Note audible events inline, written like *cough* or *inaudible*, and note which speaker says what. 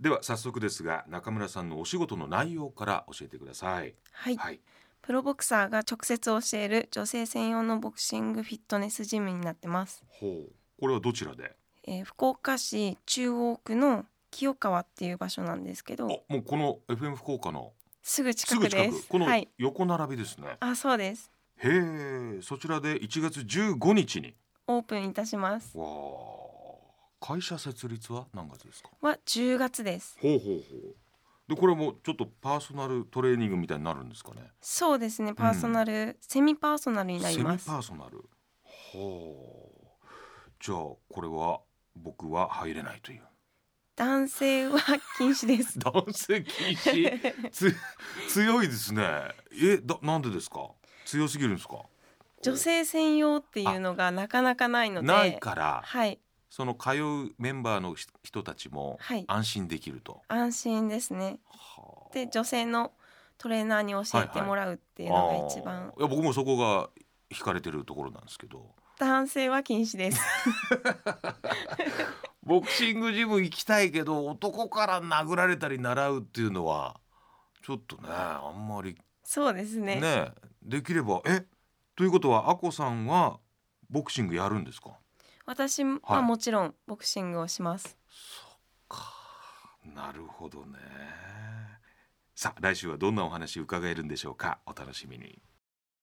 Speaker 1: では早速ですが中村さんのお仕事の内容から教えてください。
Speaker 2: はい、
Speaker 1: はい。
Speaker 2: プロボクサーが直接教える女性専用のボクシングフィットネスジムになってます、
Speaker 1: ほう。これはどちらで？
Speaker 2: えー福岡市中央区の清川っていう場所なんですけ
Speaker 1: あ、
Speaker 2: ど
Speaker 1: もうこの FM 福岡の
Speaker 2: すぐ近
Speaker 1: すぐ
Speaker 2: く
Speaker 1: 近
Speaker 2: で
Speaker 1: く
Speaker 2: す
Speaker 1: この
Speaker 2: はい
Speaker 1: 横並びですね。
Speaker 2: あそうです
Speaker 1: へえ。そちらで1月15日に。
Speaker 2: オープンいたします
Speaker 1: わあ。会社設立は何月ですか？
Speaker 2: は10月です
Speaker 1: ほうほうほう。でこれはもうちょっとパーソナルトレーニングみたいになるんですかね。
Speaker 2: そうですねパーソナル、セミパーソナルになります
Speaker 1: セミパーソナル。ほう。じゃあこれは僕は入れないという。
Speaker 2: 男性は禁止
Speaker 1: *laughs*
Speaker 2: です
Speaker 1: 男性禁止
Speaker 2: *laughs*
Speaker 1: つ強いですねえだなんでですか強すぎるんですか
Speaker 2: 女性専用っていうのがなかなかないので
Speaker 1: ないから
Speaker 2: はい
Speaker 1: その通うメンバーの人人たちも
Speaker 2: はい
Speaker 1: 安心できると、
Speaker 2: 安心ですね
Speaker 1: はあ
Speaker 2: で女性のトレーナーに教えてもらうっていうのが一番、
Speaker 1: あーいや僕もそこが惹かれてるところなんですけど
Speaker 2: 男性は禁止です
Speaker 1: ボクシングジム行きたいけど男から殴られたり習うっていうのはちょっとねあんまり
Speaker 2: そうです
Speaker 1: ね
Speaker 2: ね
Speaker 1: できればえということはあこさんはボクシングやるんですか
Speaker 2: 私は
Speaker 1: はい
Speaker 2: もちろんボクシングをします、
Speaker 1: そっかなるほどねさあ来週はどんなお話伺えるんでしょうかお楽しみに